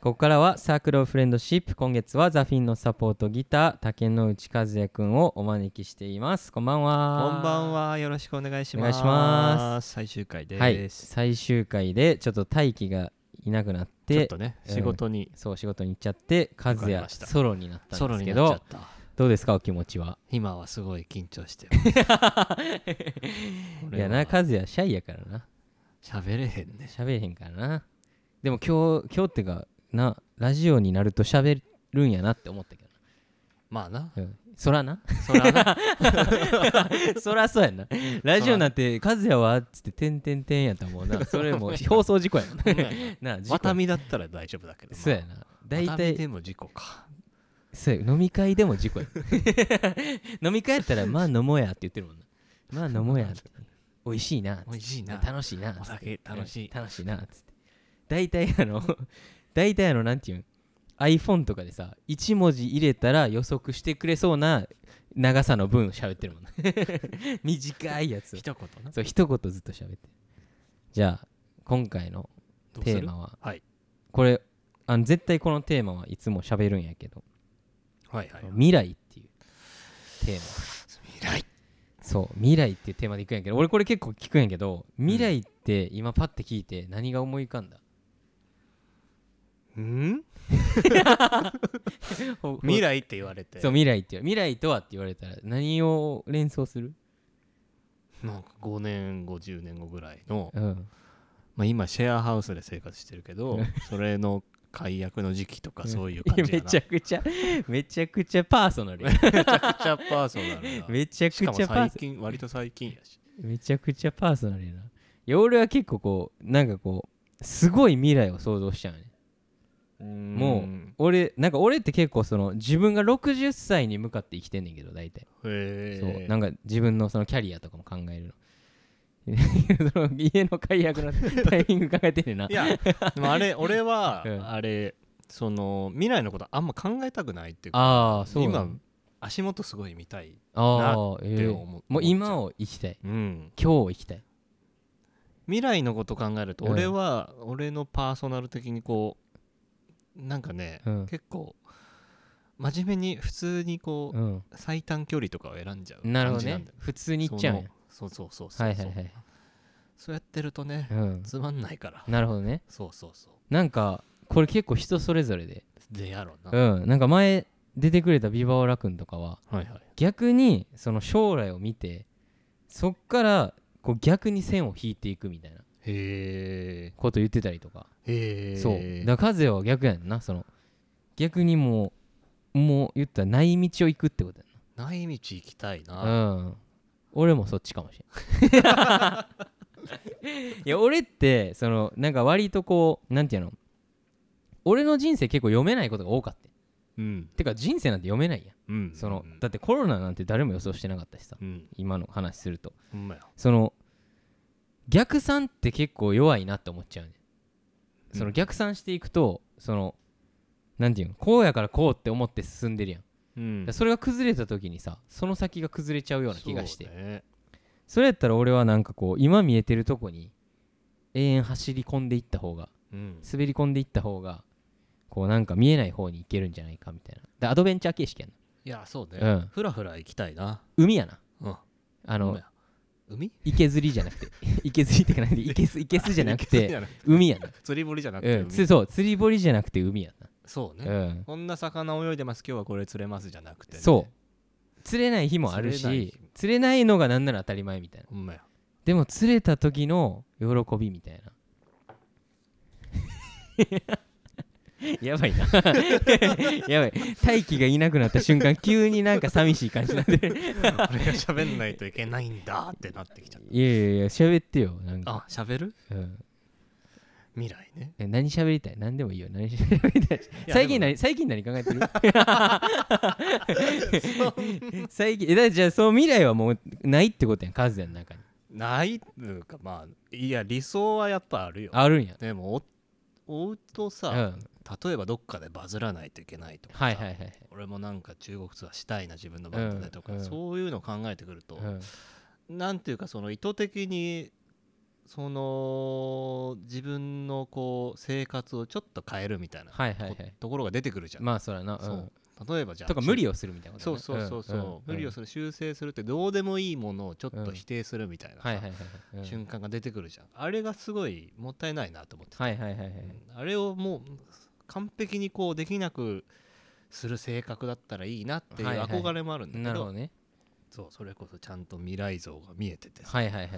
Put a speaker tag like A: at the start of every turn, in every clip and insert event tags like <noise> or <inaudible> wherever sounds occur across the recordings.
A: ここからはサークルオブフレンドシップ今月はザフィンのサポートギター竹之内和也くんをお招きしていますこんばんは
B: こんばんはよろしくお願いします
A: お願いしま
B: 最終回です、
A: はい最終回でちょっと大輝がいなくなっ
B: ちょってとね
A: うん
B: 仕事に
A: そう仕事に行っちゃって和
B: わかり
A: 也
B: ました
A: ソロになった
B: ソ
A: んで
B: ロ
A: す
B: に
A: け
B: なっちゃ
A: ど
B: った
A: どうですかお気持ちは
B: 今はすごい緊張して <laughs>
A: いやな和也シャイやからな
B: 喋れへんね
A: 喋れへんからなでも今日今日ってかなラジオになると喋るんやなって思ったけど
B: まあ <laughs> な
A: な、うん、そらな
B: そら <laughs> な
A: <laughs> そらそうやんなラジオなんて「和也は?」っつって「てんてんてん」やったもんなそれも放送事故やもん
B: <laughs>
A: ななあ事故
B: ワタミだったら大丈夫だけど
A: そう
B: ま
A: やな
B: あ
A: 大
B: ワタミ
A: 体
B: でも事故か
A: そうや飲み会でも事故や <laughs> 飲み会やったら「まあ飲もうや」って言ってるもんな「まあ飲もうや」って「美味しいな」
B: 美味しいな
A: 楽しいな
B: お酒楽しい
A: 楽しいなっつって大体あの <laughs> 大体あのなんていうん iPhone とかでさ1文字入れたら予測してくれそうな長さの分喋ってるもんな短いやつを
B: 一言な
A: そう一言ずっと喋ってじゃあ今回の
B: どうす
A: テ
B: る
A: ーマは、
B: はい
A: これあの絶対このテーマはいつも喋るんやけど
B: はいはい
A: 未来っていうテーマ
B: 未来
A: そう未来っていうテーマでいくんやけど俺これ結構聞くんやけど未来って今パッて聞いて何が思い浮かんだ、
B: うん
A: ほ
B: 未来って言われて
A: そう未来っていう未来とはって言われたら何を連想する、
B: なんか5年後10年後ぐらいの
A: うん、
B: まあ、今シェアハウスで生活してるけどそれの解約の時期とかそういう感じ
A: <laughs>
B: や
A: め
B: な
A: ちゃくちゃめちゃくちゃパーソナ
B: <laughs>
A: ルや
B: めちゃくちゃパーソナルな
A: めちゃく
B: し
A: ち
B: か
A: ゃ
B: も
A: パー
B: 最
A: ソ
B: 近割と最近やし
A: めちゃくちゃパーソナルやないや俺は結構こうなんかこうすごい未来を想像しちゃうねも俺なんか俺って結構その自分が60歳に向かって生きてんねんけど大体
B: うへ
A: そう
B: え
A: なんか自分のそのキャ <laughs> リアとかも考えるのその家の解約のタイミング考えてんねんない
B: やでも
A: <laughs>
B: あれ俺は
A: うん
B: あれその未来のことあんま考えたくないっていうか
A: ああそうな
B: 今
A: の
B: 足元すごい見たい
A: あーえ
B: って
A: え
B: 思う
A: もう今を生きたい
B: うん
A: 今日を生きたい
B: 未来のこと考えると
A: うん
B: 俺は俺のパーソナル的にこうなんかね
A: うん
B: 結構真面目に普通にこう
A: うん
B: 最短距離とかを選んじゃう
A: なるほ
B: 感
A: ど
B: じな
A: ね
B: んだよ
A: 普通に行っちゃうんや
B: そのそうそうそうそう、
A: はいはいはい
B: そうやってるとね
A: うん
B: つまんないから
A: なるほどね
B: そうそうそう
A: なんかこれ結構人それぞれで
B: でやろうな、
A: うんなんか前出てくれたビバオラ君とかは
B: はいはい
A: 逆にその将来を見てそっからこう逆に線を引いていくみたいな
B: へ
A: こと言ってたりとか
B: えへえ
A: そうだから和也は逆やんなその逆にもうもう言ったらない道を行くってことや
B: ない道行きたいな、
A: なうん俺もそっちかもし
B: <laughs>
A: れんいや俺ってそのなんか割とこうなんていうの俺の人生結構読めないことが多かった
B: うん
A: てか人生なんて読めないやん
B: うん、
A: その
B: うん
A: だってコロナなんて誰も予想してなかったしさ
B: うん
A: 今の話すると
B: ほんまや
A: その逆算って結構弱いなって思っちゃうね
B: うん
A: その逆算していくとそのなんていうのこうやからこうって思って進んでるやん、だか
B: うん
A: らそれが崩れた時にさその先が崩れちゃうような気がして
B: そうね
A: それやったら俺はなんかこう今見えてるとこに永遠走り込んでいった方が
B: うん、
A: 滑り込んでいった方がこうなんか見えない方に行けるんじゃないかみたいなでアドベンチャー形式やん
B: いやそうね、
A: うん
B: ふらふら行きたいな
A: 海やな
B: うん
A: あ
B: ほんま
A: の
B: や海
A: 池釣りじゃなくて <laughs> 池釣りってか <laughs> なんで池す池すじゃなく
B: 釣りじ
A: て
B: ゃなく
A: 海やな
B: <laughs> 釣り堀じゃなくて
A: う
B: 海、
A: ん、つそう釣り堀じゃなくて海や
B: そう
A: な、
B: ね、
A: うん、
B: こんな魚泳いでます今日はこれ釣れますじゃなくてね、
A: そう釣れない日もあるし釣
B: 釣れな
A: れ
B: い日
A: ないのがなんなら当たり前みたいな
B: ほんまや
A: でも釣れた時の喜びみたいな <laughs> やばいな <laughs> やばい大輝がいなくなった瞬間急になんか寂しい感じになってる
B: 俺が喋んないといけないんだってなってきちゃっ
A: <laughs> いやいやいや喋ってよなん
B: た
A: か、
B: あ喋る
A: うん、
B: 未来ね
A: え何喋りたい何でもいいよ何喋りたい
B: いや
A: 最近
B: でも
A: 何最近何考えて
B: <laughs>
A: る最近えだじゃあそう未来はもうないってことやんカズヤの中に
B: ないっていうかまあいや理想はやっぱあるよ
A: あるんや
B: でもお追うと
A: うん
B: さ、
A: はい
B: 例えばどっかでバズらないといけないとかさ
A: はいはいはい
B: 俺もなんか中国ツアーしたいな自分のバンドでとか、
A: うんうん
B: そういうの考えてくると
A: う、ん
B: なんていうかその意図的にその自分のこう生活をちょっと変えるみたいな
A: はいはいは
B: とこ
A: い
B: ところが出てくるじゃん、
A: まあそらな
B: そ
A: ん
B: う例えばじゃあ
A: とか無理をするみたいなこと
B: そ
A: ね
B: うそうそうそう、無理を
A: る
B: する修正するってどうでもいいものをちょっと否定するみたいなさ
A: はいはいはいはいうん
B: 瞬間が出てくるじゃんあれがすごいもったいないなと思って、
A: はいはいはいは
B: う
A: い
B: んあれをもう完璧にこうできなくする性格だったらいいなっていう
A: はいはい
B: 憧れもあるんだけど,、
A: なるほどね
B: そうそれこそちゃんと未来像が見えててさ、
A: はいはいはい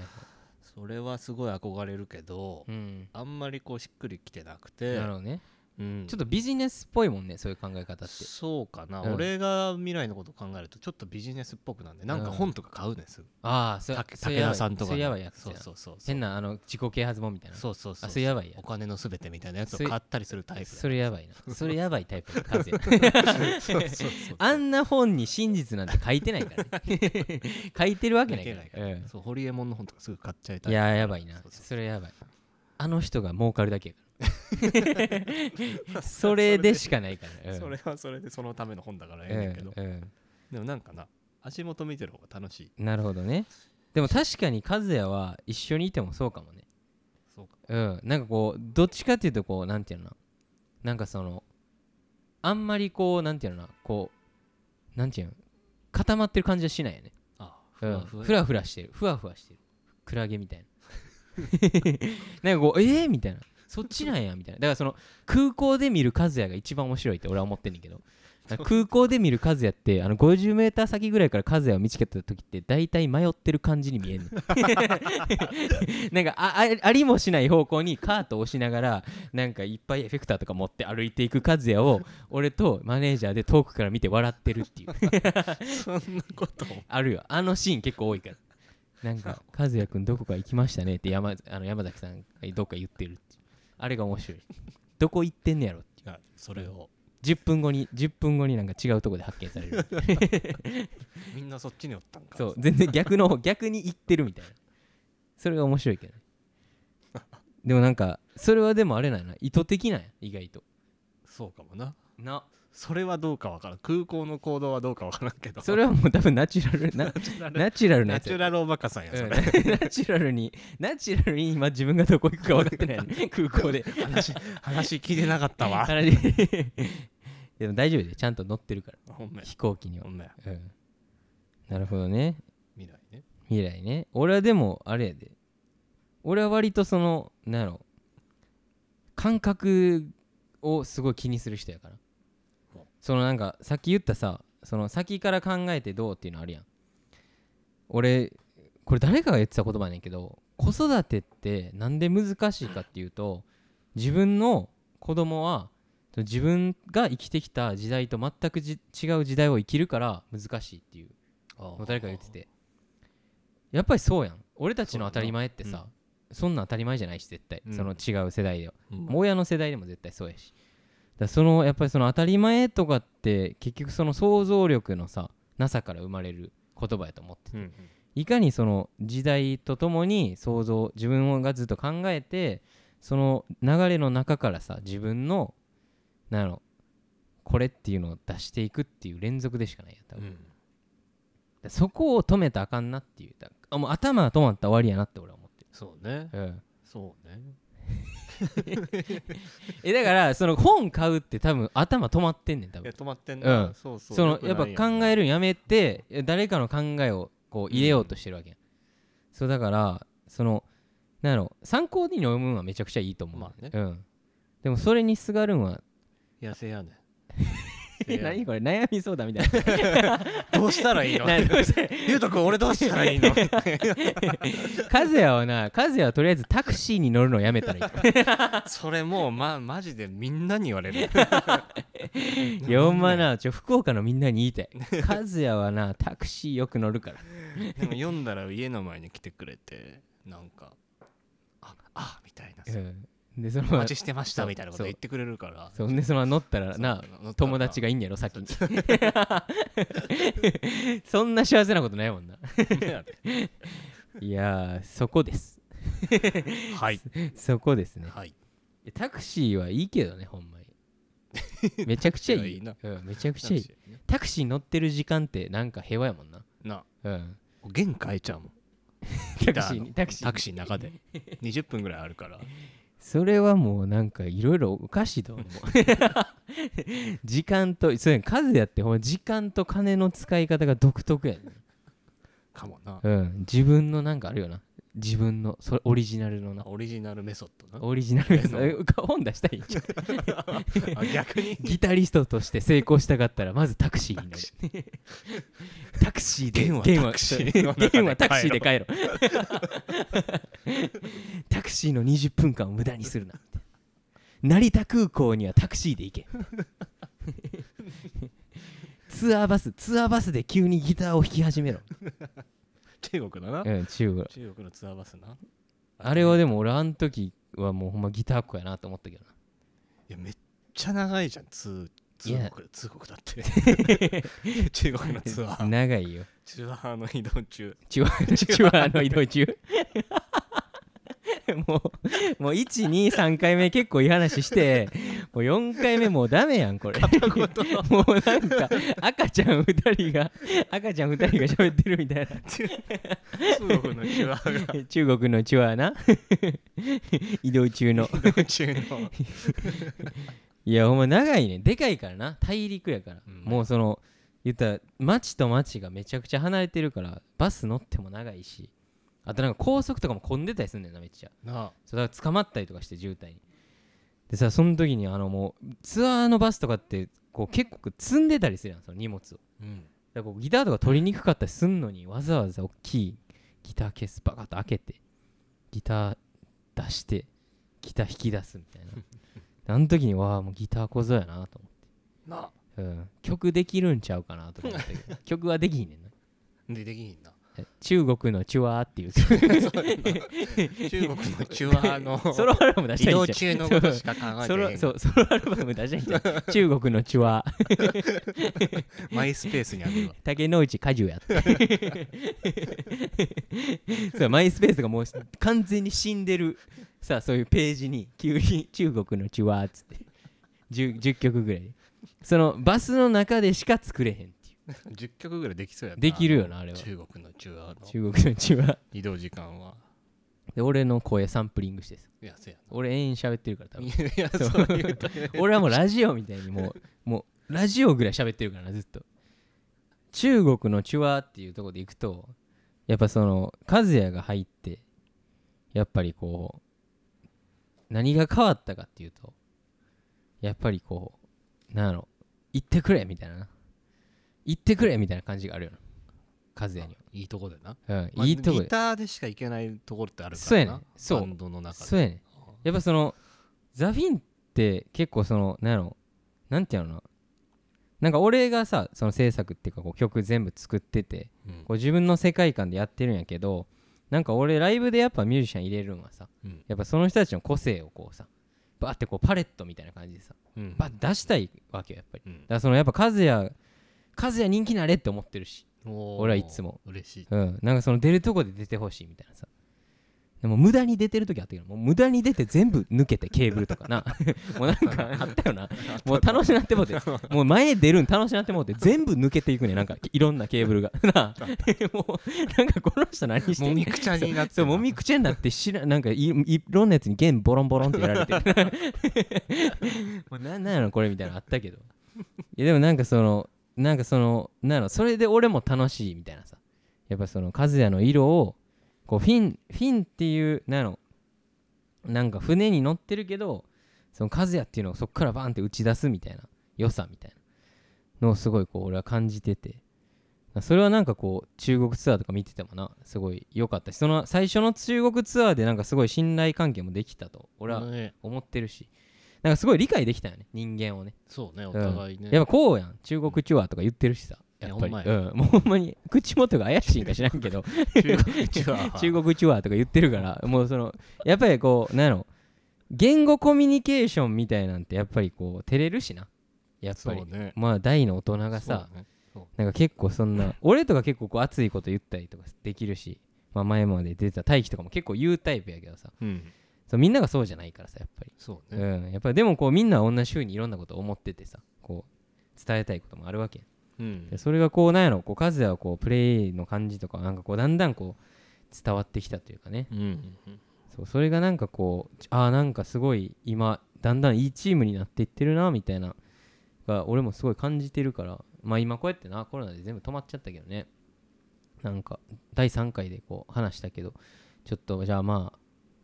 B: それはすごい憧れるけど、
A: うん
B: あんまりこうしっくりきてなくて
A: なるほどね
B: うん
A: ちょっとビジネスっぽいもんねそういう考え方って
B: そうかな、
A: うん
B: 俺が未来のことを考えるとちょっとビジネスっぽくなんでなんか本とか買うねんすぐ、
A: ああそれ
B: た
A: それ
B: 武
A: やば
B: 田
A: い
B: さんとか
A: そ
B: の
A: れやばいやつ
B: そ
A: や
B: うんそうそうそう
A: 変なあの自己啓発本みたいな
B: そうそうそ
A: あ
B: う
A: それやばいや
B: お金のすべてみたいなやつ
A: そ
B: を
A: れ
B: 買ったりするタイプだ
A: それやばいなそれやばいタイプの数や
B: そうそうそう
A: <laughs> あんな本に真実なんて書いてないから
B: <laughs>
A: ね書いてるわけないから
B: 書いてない
A: うん
B: そうホリエモンの本とかすぐ買っちゃいた
A: いややばいな
B: そうそう
A: それやばいあの人が儲かるだけやか
B: <laughs>
A: らそれでしかないからうん
B: それはそれでそのための本だからえ
A: う
B: え
A: ん
B: ねんけど、
A: うん
B: でもなんかな足元見てる方が楽しい
A: なるほどねでも確かに和也は一緒にいてもそうかもね
B: そうか
A: うんなんかこうどっちかっていうとこうなんていうのかななんかそのあんまりこうなんていうのかなこうなんていうの固まってる感じはしないよね
B: あふ
A: う
B: わ
A: ん
B: ふわ
A: ふらふらしてるふわふわしてるクラゲみたいななんかこうえー、みたいなそっちなんやみたいなだからその空港で見る和也が一番面白いって俺は思ってんねんけどなんか空港で見る和也ってあの 50m 先ぐらいから和也を見つけた時って大体迷ってる感じに見えんの <laughs> なんかああありもしない方向にカートを押しながらなんかいっぱいエフェクターとか持って歩いていく和也を俺とマネージャーで遠くから見て笑ってるっていう
B: <laughs> そんなこと
A: あるよあのシーン結構多いからなんか「和也くんどこか行きましたね」って山あの山崎さんがどっか言ってるっていうあれが面白いどこ行ってんねやろっていう
B: あそれを
A: 10分後に10分後になんか違うとこで発見され <laughs> る
B: みんなそっちにおったんか
A: そう全然逆の逆に行ってるみたいなそれが面白いけどねでもなんかそれはでもあれなんやな意図的なんや意外と
B: そうかもな
A: な
B: それはどうかわからん空港の行動はどうかわからんけど
A: それはもう多分 <laughs> ナチュラルなナチュラルな
B: ナ
A: やつ
B: チュ
A: や
B: ラルおバカさんやそ
A: うん
B: れ、
A: <laughs> ナチュラルにナチュラルに今自分がどこ行くか分か <laughs> ってないのね空港で
B: 話話聞いてなかっ
A: <laughs>
B: たわ
A: 話でも大丈夫でちゃんと乗ってるから
B: ほんまや
A: 飛行機には
B: ほ、んまや
A: うん、なるほどね
B: 未来ね
A: 未来ね俺はでもあれやで俺は割とそのなんやろ感覚をすごい気にする人やから
B: ほ
A: そのなんかさっき言ったさその先から考えてどうっていうのあるやん俺これ誰かが言ってた言葉やねんけど子育てってなんで難しいかっていうと自分の子供は自分が生きてきた時代と全くじ違う時代を生きるから難しいっていうも
B: も
A: う誰かが言っててやっぱりそうやん俺たちの当たり前って
B: そうだな
A: さ、そんなん当たり前じゃないし絶対、
B: うん
A: その違う世代では、
B: うん
A: もう親の世代でも絶対そうやしだからそのやっぱりその当たり前とかって結局その想像力のさなさから生まれる言葉やと思ってて、
B: うん
A: いかにその時代とともに想像自分がずっと考えてその流れの中からさ自分のなんやろこれっていうのを出していくっていう連続でしかないやん多
B: う
A: 分
B: ん
A: だそこを止めたらあかんなっていうだあもう頭が止まったら終わりやなって俺は思って
B: そうね
A: る、
B: そうね
A: えだからその本買うって多分頭止まってんねん多
B: いや
A: 分
B: 止まってんな、
A: うん
B: そうそう
A: そのやっぱ考え
B: る
A: るんやめてえ誰かの考えをこう入れようとしてるわけやん、そうだからそのなんやろ参考に読むのはめちゃくちゃいいと思う、
B: まあね
A: うん、でもそれにすがるんは
B: 野生やねん <laughs>
A: え <laughs> 何これ悩みそうだみたいな
B: どうしたらいいの
A: などうした
B: <laughs> ゆうとくん俺どうしたらいいの
A: <laughs> 和也はな和也はとりあえずタクシーに乗るのやめたらいい
B: <laughs>
A: <laughs>
B: それもうまマジでみんなに言われ <laughs> る
A: いやほんまなちょ福岡のみんなに言いたい和也はなタクシーよく乗るから
B: でも読んだら家の前に来てくれてなんかああみたいなさ、
A: うんでその
B: お待ちしてました
A: そう
B: みたいなこと言ってくれるから
A: そんでその乗ったらな
B: そう
A: 友達がいいんやろ先に <laughs> そんな幸せなことないもんな <laughs> はいやーそこです
B: <laughs> はい
A: そこですね
B: はい
A: いやタクシーはいいけどねほん <laughs> まにめちゃくちゃいい
B: タク
A: うん、めちゃくちゃいいタクシー乗ってる時間ってなんか平和やもんな
B: な
A: うん
B: 弦変えちゃうもんギタ
A: タクシー
B: ー
A: に
B: の
A: タクシーに
B: タクシーの中で20分ぐらいあるから
A: それはもうなんかいろいろおかしいと思 <laughs> う時間とそうやん数やってほんま時間と金の使い方が独特やね
B: かもな
A: うん自分のなんかあるよな自分のそれオリジナルのな
B: オリジナルメソッドな
A: オリジナルやつ
B: え
A: 本出したいんちゃう <laughs>
B: あ逆に
A: ギタリストとして成功したかったらまずタクシーに乗るタクシーで
B: 弦はタクシーの中で帰ろう
A: 弦はタクシーで帰ろう <laughs> タクシーの20分間を無駄にするな成田空港にはタクシーで行 <laughs> けツアーバスツアーバスで急にギターを弾き始めろ、
B: 中国だな
A: うん、中国
B: 中国のツアーバスな
A: あれはでも俺あの時はもうほんまギターっ子やなと思ったけどない
B: やめっちゃ長いじゃん通通
A: いや
B: 国通国だって中国のツアー
A: 長 <laughs> いよ
B: ツアーの移動中
A: チワチワの移動中 <laughs> もうもう123回目結構いい話してもう4回目もうダメやん <laughs> これもうなんか赤ちゃん2人が赤ちゃん2人が喋ってるみたい
B: 中国のツアーが
A: な中国のチワな <laughs> 移動中の
B: 移動中の
A: いやほんま長いねでかいからな大陸やから、
B: うん
A: もうその言ったら町と町がめちゃくちゃ離れてるからバス乗っても長いしあとなんか高速とかも混んでたりすんねんなめっちゃ
B: なあ
A: そうだから捕まったりとかして渋滞にでさその時にあのもうツアーのバスとかってこう結構積んでたりするやんその荷物をだか
B: うん
A: らこうギターとか取りにくかったりすんのにわざわざ大きいギターケースバカッと開けてギター出してギター引き出すみ <laughs> たいなあの時にわあもうギター小僧やなと思
B: なあ
A: って、うん、曲できるんちゃうかなとか思ったけ <laughs> ど曲はできひんねんな
B: でできひんな
A: 中国のチュワー <laughs> っていう
B: 中国の中和の
A: ソロアルバム出し
B: 移
A: たらいい
B: 動
A: んちゃう
B: 中のことしか考え
A: ソ
B: てな
A: ロ
B: い
A: そうソロアルバム出したいんじゃん中国のチュワ
B: マイスペースにあげるわ
A: 竹之内果樹やって <laughs> そうマイスペースがもう完全に死んでるさそういうページに急に中国のチュワーっつって 10, 10曲ぐらいそのバスの中でしか作れへんってい
B: 10曲ぐらいできそうや
A: う
B: な
A: できるよなあれは
B: 中国の中和の
A: 中国のチュワー
B: 移動時間は
A: で俺の声サンプリングしてさ
B: いやせや
A: 俺永遠喋ってるから多
B: <laughs> ない
A: 分
B: や
A: そう
B: そう言うと
A: 俺はもうラジオみたいにもうもうラジオぐらい喋ってるからなずっと中国のチュワーっていうところで行くとやっぱその和也が入ってやっぱりこう何が変わったかっていうとやっぱりこうなんやろ行ってくれみたいなな行ってくれみたいな感じがあるよな和也に
B: いいとこでな
A: は、う
B: ま
A: ん、
B: あ
A: いいとこ
B: ギ
A: で
B: ターでしか行けないところってあるからな
A: そうやねそう
B: バンドの中で
A: そうやねやっぱそのザフィンって結構そのなんやろなんていうのかななんか俺がさその制作っていうかこう曲全部作ってて
B: うん
A: こう自分の世界観でやってるんやけどなんか俺ライブでやっぱミュージシャン入れるんはさ
B: うん
A: やっぱその人たちの個性をこうさバーってこうパレットみたいな感じでさ
B: うん
A: バッて出したいわけよやっぱり
B: う
A: だ
B: ん
A: からそのやっぱ和也和也人気なれって思ってるし
B: おー
A: 俺はいつも
B: 嬉しい
A: うん、なんかその出るとこで出てほしいみたいなさでも無駄に出てる時あったけどもう無駄に出て全部抜けてケーブルとか <laughs> なもうなんかあったよなもう楽しなっても <laughs> うてもう前出るん楽しなってもうて全部抜けていくねなんかいろんなケーブルがなあ <laughs> もうなんかこの人何して
B: も
A: んね
B: み
A: ん
B: くちゃになって
A: そうもみくちゃになって知らなんかいいろんなやつに弦ボロンボロンってやられて
B: <laughs>
A: るもうなんなんやろこれみたいなのあったけどいやでもなんかそのなんかそのなんやろそれで俺も楽しいみたいなさやっぱその和也の色をこうフィンフィンっていうなんやろなんか船に乗ってるけどその和也っていうのをそっからバンって打ち出すみたいな良さみたいなのをすごいこう俺は感じててそれはなんかこう中国ツアーとか見ててもなすごい良かったしその最初の中国ツアーでなんかすごい信頼関係もできたと俺は
B: ね
A: 思ってるしなんかすごい理解できたよね人間をね
B: そうねお互いね
A: やっぱこうやん中国チュアーとか言ってるしさ
B: いや
A: やっぱり
B: ほんま
A: うんもうほんまに口元が怪しいんか知らんけど
B: 中国中和
A: 中国チュアーとか言ってるからもうそのやっぱりこうなんやろ言語コミュニケーションみたいなんてやっぱりこう照れるしなやっ
B: そ
A: ぱり、
B: うね
A: まあ大の大人がさ、
B: そうね
A: なんか結構そんな俺とか結構こう熱いこと言ったりとかできるし、まあ、前まで出てた大輝とかも結構言うタイプやけどさ
B: うん
A: そうみんながそうじゃないからさやっぱり、
B: そうね
A: うん、やっぱりでもこうみんなは同じ風にいろんなことを思っててさこう伝えたいこともあるわけやん
B: うん
A: でそれがこうなんやろこう和也はこうプレイの感じとかなんかこうだんだんこう伝わってきたというかね
B: うんうんうん
A: そうそれがなんかこうああなんかすごい今だんだんいいチームになっていってるなみたいなが俺もすごい感じてるからまあ今こうやってなコロナで全部止まっちゃったけどねなんか第3回でこう話したけどちょっとじゃあま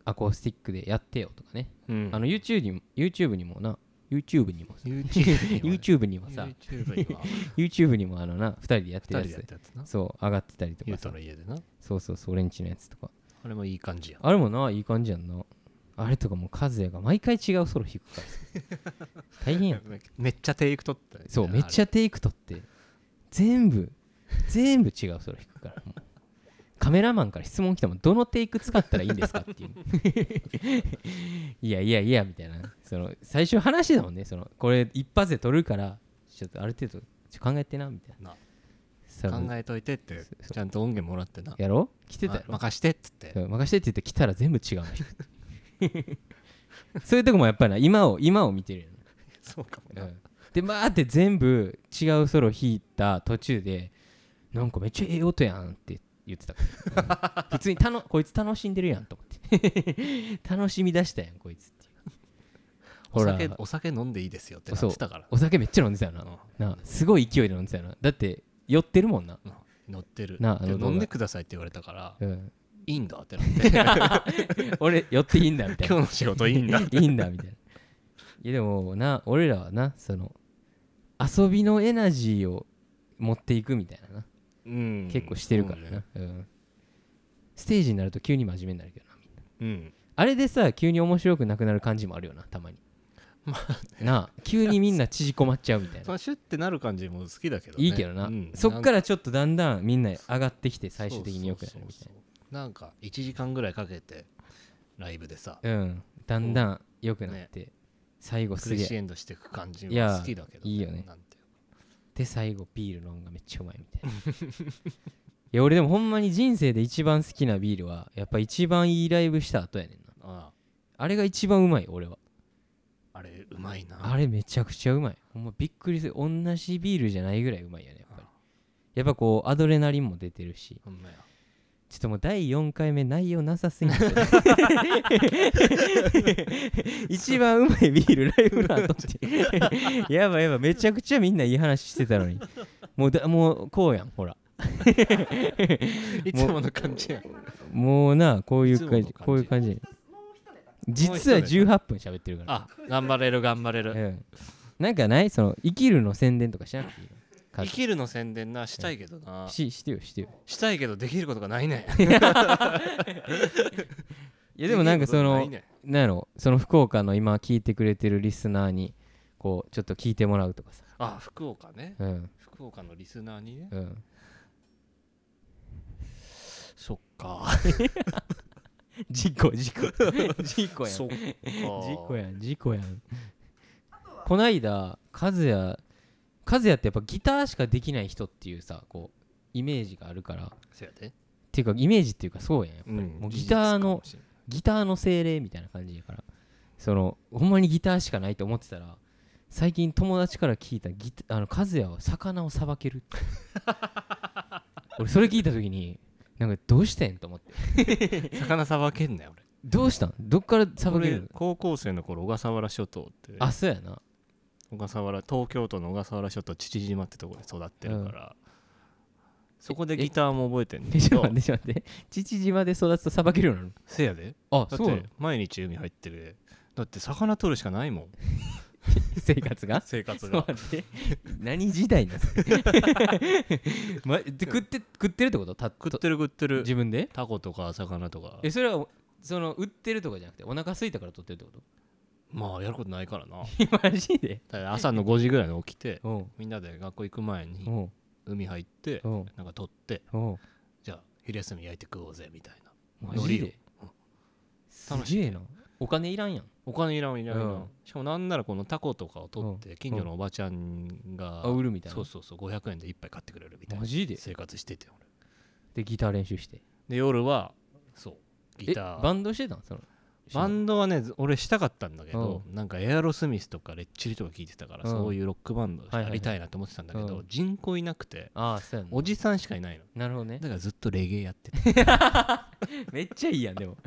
A: あアコースティックでやってよとかね、
B: うん
A: あの YouTube にも YouTube にもな YouTube にも
B: <laughs> YouTube に
A: YouTube にも
B: は
A: さ
B: ね YouTube には
A: YouTube にもあのな2人でやって
B: 二
A: る
B: 人でや
A: や
B: ったやつな
A: つそう上がってたりと
B: ゆ
A: か
B: うた
A: さ
B: の家でな
A: そうそうそう俺んちのやつとか
B: あれもいい感じやん
A: あれもないい感じやんなあれとかもう和也が毎回違うソロ弾くから
B: <laughs>
A: さ大変やん
B: めっちゃテイク取ったよね
A: そうめっち
B: ゃ
A: ゃテイク取って全部全部違うソロ弾くからもうカメラマンから質問来てもどのテイク使ったらいいんですかっていう
B: <laughs>
A: いやいやいやみたいなその最初話してたもんねそのこれ一発で撮るからちょっとある程度ちょ考えてなみたいな
B: な
A: さ
B: 考えといてって
A: そう
B: ちゃんと音源もらってな
A: やろ来てたや
B: ま
A: ろ
B: 任してっつって
A: そう任してって言って来たら全部違うのそういうとこもやっぱりな今を今を見てるよね
B: そうかも
A: う
B: なん
A: でバーって全部違うソロ弾いた途中でなんかめっちゃええ音やんって言ってたうん普通にた
B: <laughs>
A: のこいつ楽しんでるやんと思って楽しみ出したやんこいつっていう
B: お
A: ほら
B: 酒お酒飲んでいいですよってなってたから
A: お酒めっちゃ飲んでたよな,、なあすごい勢いで飲んでたよなだって酔ってるもんな、
B: うん乗ってる
A: なあ
B: で
A: あの動
B: 飲
A: 画
B: んでくださいって言われたから
A: うん、
B: いいんだっ
A: <laughs>
B: てなって
A: 俺酔っていいんだみたいな
B: 今日の仕事いいんだ
A: <laughs> いいんだみたいな。いやでもな俺らはなその遊びのエナジーを持っていくみたいなな、
B: うん
A: 結構してるからな、うん、ステージになると急に真面目になるけどな
B: うん
A: あれでさ急に面白くなくなる感じもあるよなたまになあ急にみんな縮こまっちゃうみたい
B: <laughs> そ
A: な
B: のシュッてなる感じも好きだけどね
A: いいけどな、
B: うん
A: そっかららちょっとだんだんみんな上がってきて最終的に良くなるみたい
B: そうそうそうそうなんか1時間ぐらいかけてライブでさ
A: なうんだんだん良くなって、最後
B: ク
A: す
B: レ
A: げ
B: シ
A: え
B: エンドしていく感じ
A: いや
B: は好きだけど
A: いいよね
B: なんていうか
A: で最後ビール飲むのがめっちゃうまいみたいないや俺でもほんまに人生で一番好きなビールはやっぱ一番いいライブした後やねんな
B: あ
A: あれが一番うまい俺は
B: ああれうまいな
A: あれめちゃくちゃうまいほんまびっくりする同じビールじゃないぐらいうまいよねやっぱりやっぱこうアドレナリンも出てるし
B: ほんまや
A: ちょっともう第4回目内容なさすぎて一番うまいビールライブなとってやばいやばいめちゃくちゃみんないい話してたのにもうだもうこうやんほら
B: いつもの感じや
A: もうなこういう感
B: いつも
A: じ
B: の感じ
A: こういう感じ実は
B: もう一
A: 18分喋ってるから
B: あ頑張れる頑張れる
A: うんなんかないその生きるの宣伝とかしなくていいの
B: 生きるの宣伝なしたいけどな
A: ししてよしてよ
B: したいけどできることがないね
A: <laughs> いやでもなんかそ
B: で
A: の
B: きるこ
A: なんやろその福岡の今聞いてくれてるリスナーにこうちょっと聞いてもらうとかさ
B: とがないねあ福岡ね
A: うん
B: 福岡のリスナーにね
A: うん
B: そっか
A: 事故事故 <laughs> 事故やん
B: そっか
A: 事故やん事故やんこないだ和也和也ってやっぱギターしかできない人っていうさこうイメージがあるから
B: そうやで
A: っていうかイメージっていうかそうやんやっぱり、
B: も
A: もうギターのギターの精霊みたいな感じやからそのほんまにギターしかないと思ってたら最近友達から聞いたギタあの和也は魚をさばけ <laughs> るって俺それ聞いた時になんかどうしてんと思って
B: 魚さばけんね俺
A: どうしたんどっからさばける
B: 俺高校生の頃小笠原諸島って
A: あそうやな
B: 小笠原東京都の小笠原諸島父島ってとこで育ってるから、そこでギターも覚えてんね
A: で
B: んけ
A: しょ
B: ど
A: 待ってちょっと待って父島で育つとさばけるようになる
B: せやで
A: のあ
B: だっ
A: そうなの
B: て毎日海入ってるだって魚取るしかないも
A: <laughs>
B: ん
A: 生活が
B: 生活
A: そう
B: が
A: <laughs> 待って何時代なん <laughs> ですかまで食って食ってるってことた
B: 食ってる食ってる
A: 自分で
B: タコとか魚とか
A: えそれはその売ってるとかじゃなくてお腹空いたから取ってるってこ <laughs>
B: まあやることないからなだか
A: とマジで
B: ら朝の5時ぐらいに起きて
A: うん
B: みんなで学校行く前に
A: うん
B: 海入って
A: うん
B: なんか取って
A: うん
B: じゃあ昼休み焼いて食おうぜみたいな
A: マジ
B: 海
A: ですげえなお金いらんやん
B: お金いらんいらんいらん、
A: うん
B: しかもなんならこのタコとかを取って
A: うん
B: 近所のおばちゃんが、
A: あ売るみたいな
B: そうそうそう500円で一杯買ってくれるみたいな
A: マジで
B: 生活してて俺
A: でギター練習して
B: で夜はそうギ
A: え
B: ター
A: バンドしてたんその
B: バンドはねず俺したかったんだけど、なんかエアロスミスとかレッチリとか聞いてたから、
A: うん
B: そういうロックバンド
A: はいはい
B: やりたいなと思ってたんだけど、
A: うん
B: 人口いなくて
A: ああそうやんな
B: おじさんしかいないの
A: なるほどね
B: だからずっとレゲエやって
A: <laughs>
B: た
A: めっちゃいいやんでも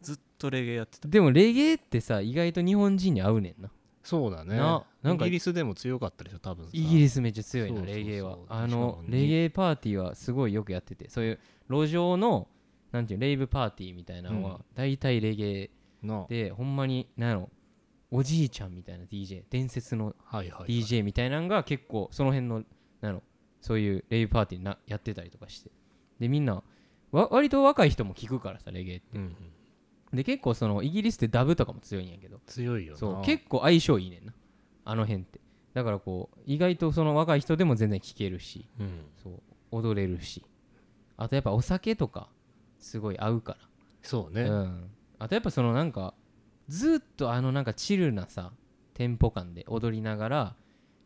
B: ずっとレゲエやってた
A: でもレゲエってさ意外と日本人に合うねんな
B: そうだね
A: ななんか
B: イギリスでも強かったでしょ多分さ
A: イギリスめっちゃ強い
B: そ
A: な
B: うそうそう
A: レゲエは
B: しかも
A: あの
B: に
A: レゲエパーティーはすごいよくやっててそういう路上のなんていうレイブパーティーみたいなの
B: う
A: は
B: ん
A: 大体レゲエ
B: の
A: でほんまに何やろおじいちゃんみたいな DJ 伝説の
B: はいはいはい
A: DJ みたいなのが結構その辺のなんやろそういうレイブパーティーなやってたりとかしてでみんなわ割と若い人も聞くからさレゲエ
B: うんうん
A: で結構そのイギリスってダブとかも強いんやけど
B: 強いよな
A: そう結構相性いいねんなあの辺ってだからこう意外とその若い人でも全然聴けるし
B: うん
A: そう踊れるしあとやっぱお酒とかすごい合うか
B: そう
A: ら、
B: ね、
A: うん、あとやっぱそのなんかずっとあのなんかチルなさテンポ感で踊りながら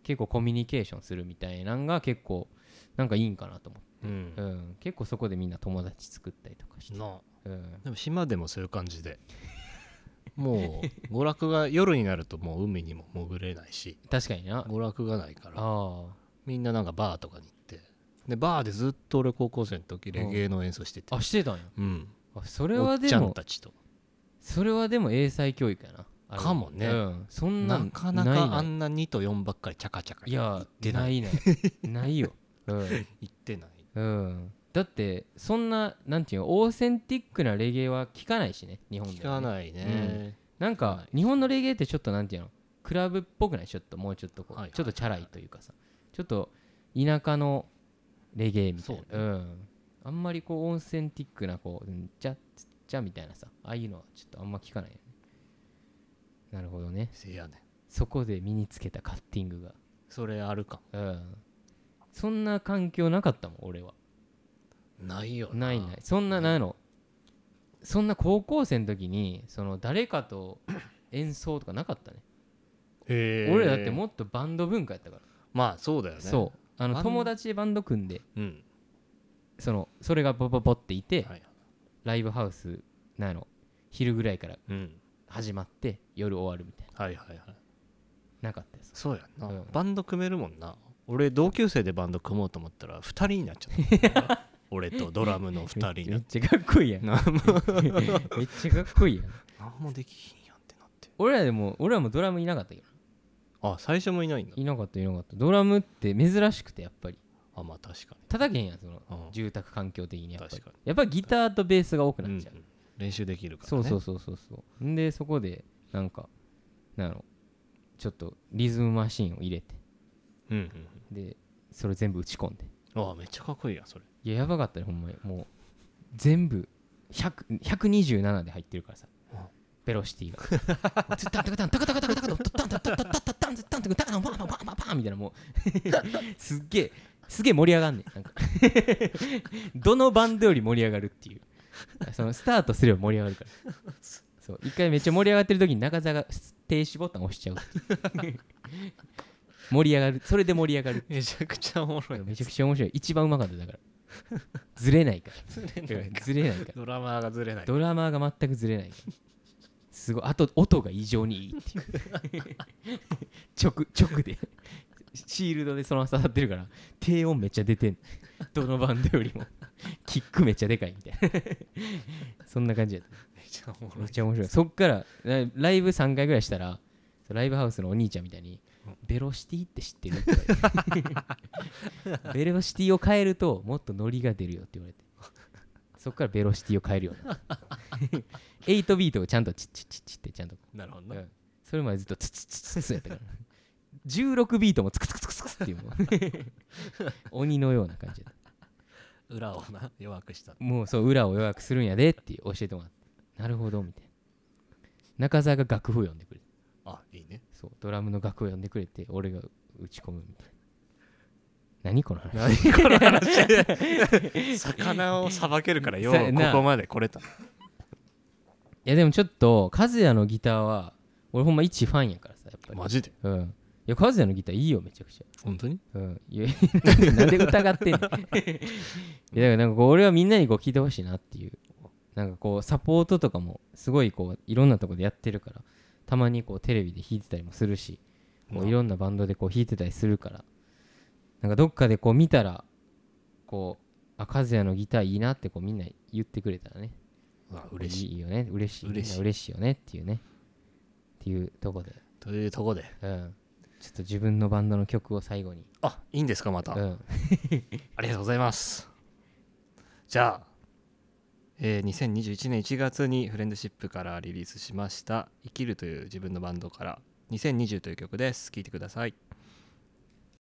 A: 結構コミュニケーションするみたいなんが結構なんかいいんかなと思
B: うん
A: って、うん、結構そこでみんな友達作ったりとかして、
B: な
A: うん、
B: でも島でもそういう感じ
A: <laughs>
B: でもう娯楽が夜になるともう海にも潜れないし
A: 確かにな
B: 娯楽がないから
A: あ
B: みんななんかバーとかに行ってでバーでずっと俺高校生の時レゲエの演奏してて
A: ああしてたんや
B: うん
A: あそれ
B: お
A: は
B: っ
A: で
B: ちゃん
A: も
B: たちと
A: それはでも英才教育やなあれ
B: かもね
A: うん、そんな
B: なんかないか
A: な
B: あ
A: い
B: んな2と4ばっかりチャカチャカ
A: いや
B: 言ってない <laughs>
A: ないないないよ、うん
B: 行ってない
A: うん、だってそんななんていうのオーセンティックなレゲエは聞かないしね日本で、ね、
B: 聞かないね
A: なん
B: は
A: か日本のレゲエってちょっとなんていうのクラブっぽくないちょっともうちょっとこう、
B: はいはいはい
A: ちょっとチャラいというかさちょっと田舎のレゲエみたいな
B: そうね
A: ん、あんまりこうオーセンティックなこううんちゃっちゃみたいなさああいうのはちょっとあんま聞かないよねなるほどね
B: せやね
A: そこで身につけたカッティングが
B: それあるか
A: うんそんな環境なかったもん俺は
B: もないよ
A: ないないそんな何やろそんな高校生の時にその誰かと演奏とかなかったね
B: へえ
A: 俺らだってもっとバンド文化やったから
B: まあそうだよね
A: そうあ
B: バ
A: の
B: ンド
A: 友達でバンド組んで
B: ううん
A: そのそれがボボボっていて
B: はい
A: ライブハウスなんやろ昼ぐらいから
B: うん
A: 始まって夜終わるみたい
B: はいはいはい
A: ななかったです
B: そうやんな、
A: うん
B: バンド組めるもんな俺同級生でバンド組もうと思ったら2人になっちゃった <laughs> 俺とドラムの2人に
A: め
B: な <laughs>
A: っ
B: って
A: ちゃかっこいいやん <laughs> めっちゃかっこいいやん
B: 何もできひんやんってなって
A: 俺らでも俺らもドラムいなかったけど
B: あ最初もいないんだ
A: いなかったいなかったドラムって珍しくてやっぱり
B: あまあ確か
A: 叩けへんやんその
B: に、うん
A: 住宅環境的にやっぱり
B: 確かに
A: やっぱりギターとベースが多くなっちゃう、
B: うんうん練習できるから、ね、
A: そうそうそうそうそう、んでそこでなんかなんやろちょっとリズムマシンを入れて
B: うんうん
A: でそれ全部打ち込んで
B: うんあめっちゃかっこいいやんそれ
A: いややばかったねほんまにもう全部100 127で入ってるからさ
B: うん
A: ベロシティが。ツッタンタカタンタカタカタカタカタタンタタタタタタンタタンタカタンパンパンパンパンパンみたいなもうすっげえすげえ盛り上がんねんなんかどのバンドより盛り上がるっていうそのスタートすれば盛り上がるからそう一回めっちゃ盛り上がってる時に中澤が停止ボタン押しちゃうっていう盛り上がるそれで盛り上がる
B: めちゃくちゃおもろい
A: めちゃくちゃ面白い一番うまかっただから <laughs> ずれないから
B: ずれない
A: ずれないから
B: ドラマーがずれない
A: ドラマーが全くずれないからすごいあと音が異常にいいっていう <laughs> 直直でシールドでそのまま刺さってるから低音めっちゃ出てんどのバンドよりもキックめっちゃでかいみたいなそんな感じやった
B: めちゃおもろ
A: めっ
B: い
A: ちゃ面白いそっからライライブ3回ぐらいしたらライブハウスのお兄ちゃんみたいに「ベロシティって知ってる?」って言われてベロシティを変えるともっとノリが出るよって言われてそっからベロシティを変えるようになった8ビートをちゃんとチッチッチッチッってちゃんと
B: なるほ
A: う
B: どなん
A: それまでずっとツツツツツやったから16ビートもツクツクツクツクっていうもう鬼のような感じだっ
B: 裏をな弱くした
A: たもうそう裏を予約するんやでって教えてもらってなるほどみたいな中澤が楽譜を読んでくれて
B: あいいね
A: そうドラムの楽を呼んでくれて俺が打ち込むみたいな何この話
B: この話 <laughs> 魚をさばけるからよう
A: そうや
B: こ
A: な
B: こまで来れた
A: いやでもちょっと和也のギターは俺ほんま一ファンやからさやっぱり、
B: マジで
A: うんいや和也のギターいいよめちゃくちゃ
B: 本当に
A: うんいやなんで疑ってんのいやだからなんかこう俺はみんなにこう聞いてほしいなっていうなんかこうサポートとかもすごいこういろんなとこでやってるからたまにこうテレビで弾いてたりもするしこういろんなバンドでこう弾いてたりするからなんかどっかでこう見たらこうあ和也のギターいいなってこうみんな言ってくれたらね
B: うわ嬉しい
A: いいよね嬉しい
B: 嬉
A: み
B: しい
A: んな嬉しいよねっていうねっていうとこで、
B: というとこで
A: うん、ちょっと自分のバンドの曲を最後に、
B: あいいんですかまた、
A: うん、
B: ありがとうございますじゃあ、えー2021年1月にフレンドシップからリリースしました「生きる」という自分のバンドから「2020」という曲です聴いてください